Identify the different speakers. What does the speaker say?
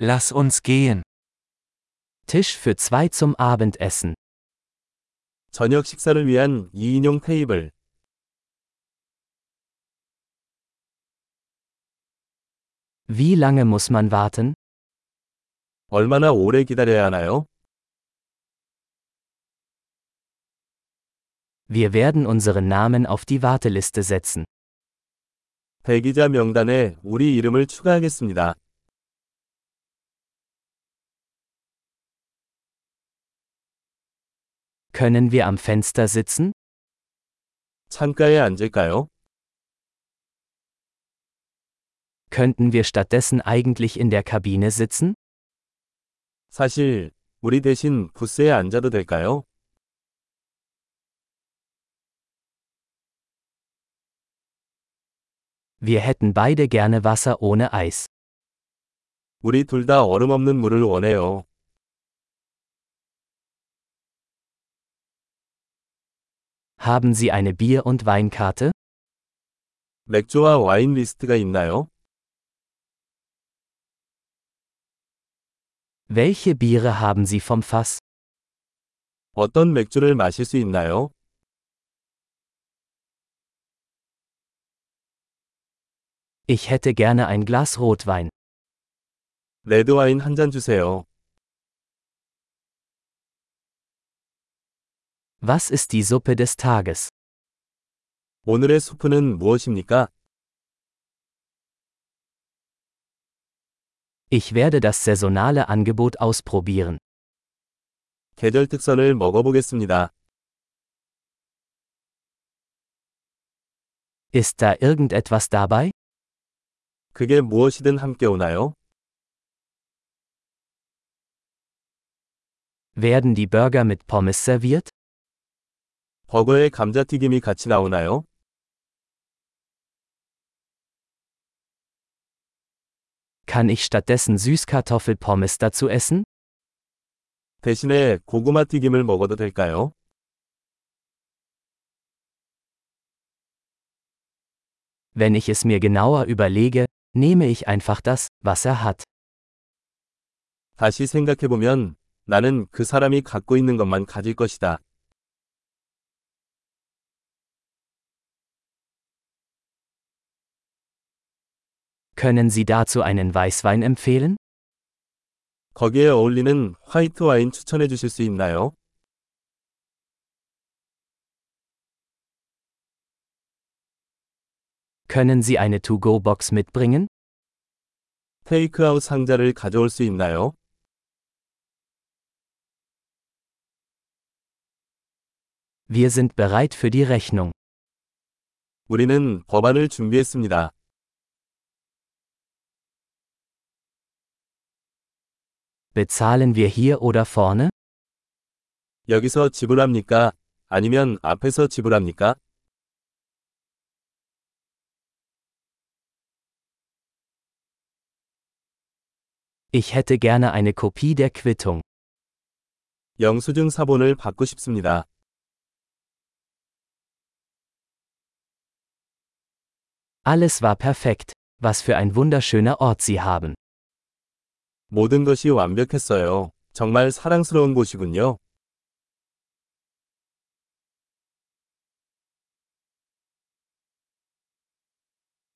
Speaker 1: Lass uns gehen. Tisch für zwei zum Abendessen.
Speaker 2: 저녁 식사를 위한 2인용 테이블.
Speaker 1: Wie lange muss man warten?
Speaker 2: 얼마나 오래 기다려야 하나요?
Speaker 1: Wir werden unseren Namen auf die Warteliste setzen.
Speaker 2: 대기자 명단에 우리 이름을 추가하겠습니다.
Speaker 1: Können wir am Fenster sitzen?
Speaker 2: 창가에 앉을까요?
Speaker 1: Könnten wir stattdessen eigentlich in der Kabine sitzen?
Speaker 2: 사실, 우리 대신 부스에 앉아도 될까요?
Speaker 1: Wir hätten beide gerne Wasser ohne Eis.
Speaker 2: 우리 둘 다 얼음 없는 물을 원해요.
Speaker 1: Haben Sie eine Bier- und Weinkarte?
Speaker 2: 맥주와 와인 리스트가 있나요?
Speaker 1: Welche Biere haben Sie vom Fass?
Speaker 2: 어떤 맥주를 마실 수 있나요?
Speaker 1: Ich hätte gerne ein Glas Rotwein.
Speaker 2: 레드와인 한 잔 주세요.
Speaker 1: Was ist die Suppe des Tages?
Speaker 2: 오늘의 수프는 무엇입니까?
Speaker 1: Ich werde das saisonale Angebot ausprobieren.
Speaker 2: 계절 특선을 먹어보겠습니다.
Speaker 1: Ist da irgendetwas dabei?
Speaker 2: 그게 무엇이든 함께 오나요?
Speaker 1: Werden die Burger mit Pommes serviert?
Speaker 2: 버거에 감자튀김이 같이 나오나요?
Speaker 1: Kann ich stattdessen Süßkartoffelpommes dazu essen?
Speaker 2: 대신에 고구마 튀김을 먹어도 될까요?
Speaker 1: Wenn ich es mir genauer überlege, nehme ich einfach das, was er hat.
Speaker 2: 다시 생각해보면 나는 그 사람이 갖고 있는 것만 가질 것이다.
Speaker 1: Können Sie dazu einen Weißwein empfehlen?
Speaker 2: 거기에 어울리는 화이트 와인 추천해 주실 수 있나요?
Speaker 1: Können Sie eine To-Go-Box mitbringen?
Speaker 2: 테이크아웃 상자를 가져올 수 있나요?
Speaker 1: Wir sind bereit für die Rechnung.
Speaker 2: 우리는 법안을 준비했습니다.
Speaker 1: Bezahlen wir hier oder vorne?
Speaker 2: 여기서 지불합니까? 아니면 앞에서 지불합니까?
Speaker 1: Ich hätte gerne eine Kopie der Quittung.
Speaker 2: 영수증 사본을 받고 싶습니다.
Speaker 1: Alles war perfekt. Was für ein wunderschöner Ort Sie haben.
Speaker 2: 모든 것이 완벽했어요. 정말 사랑스러운 곳이군요.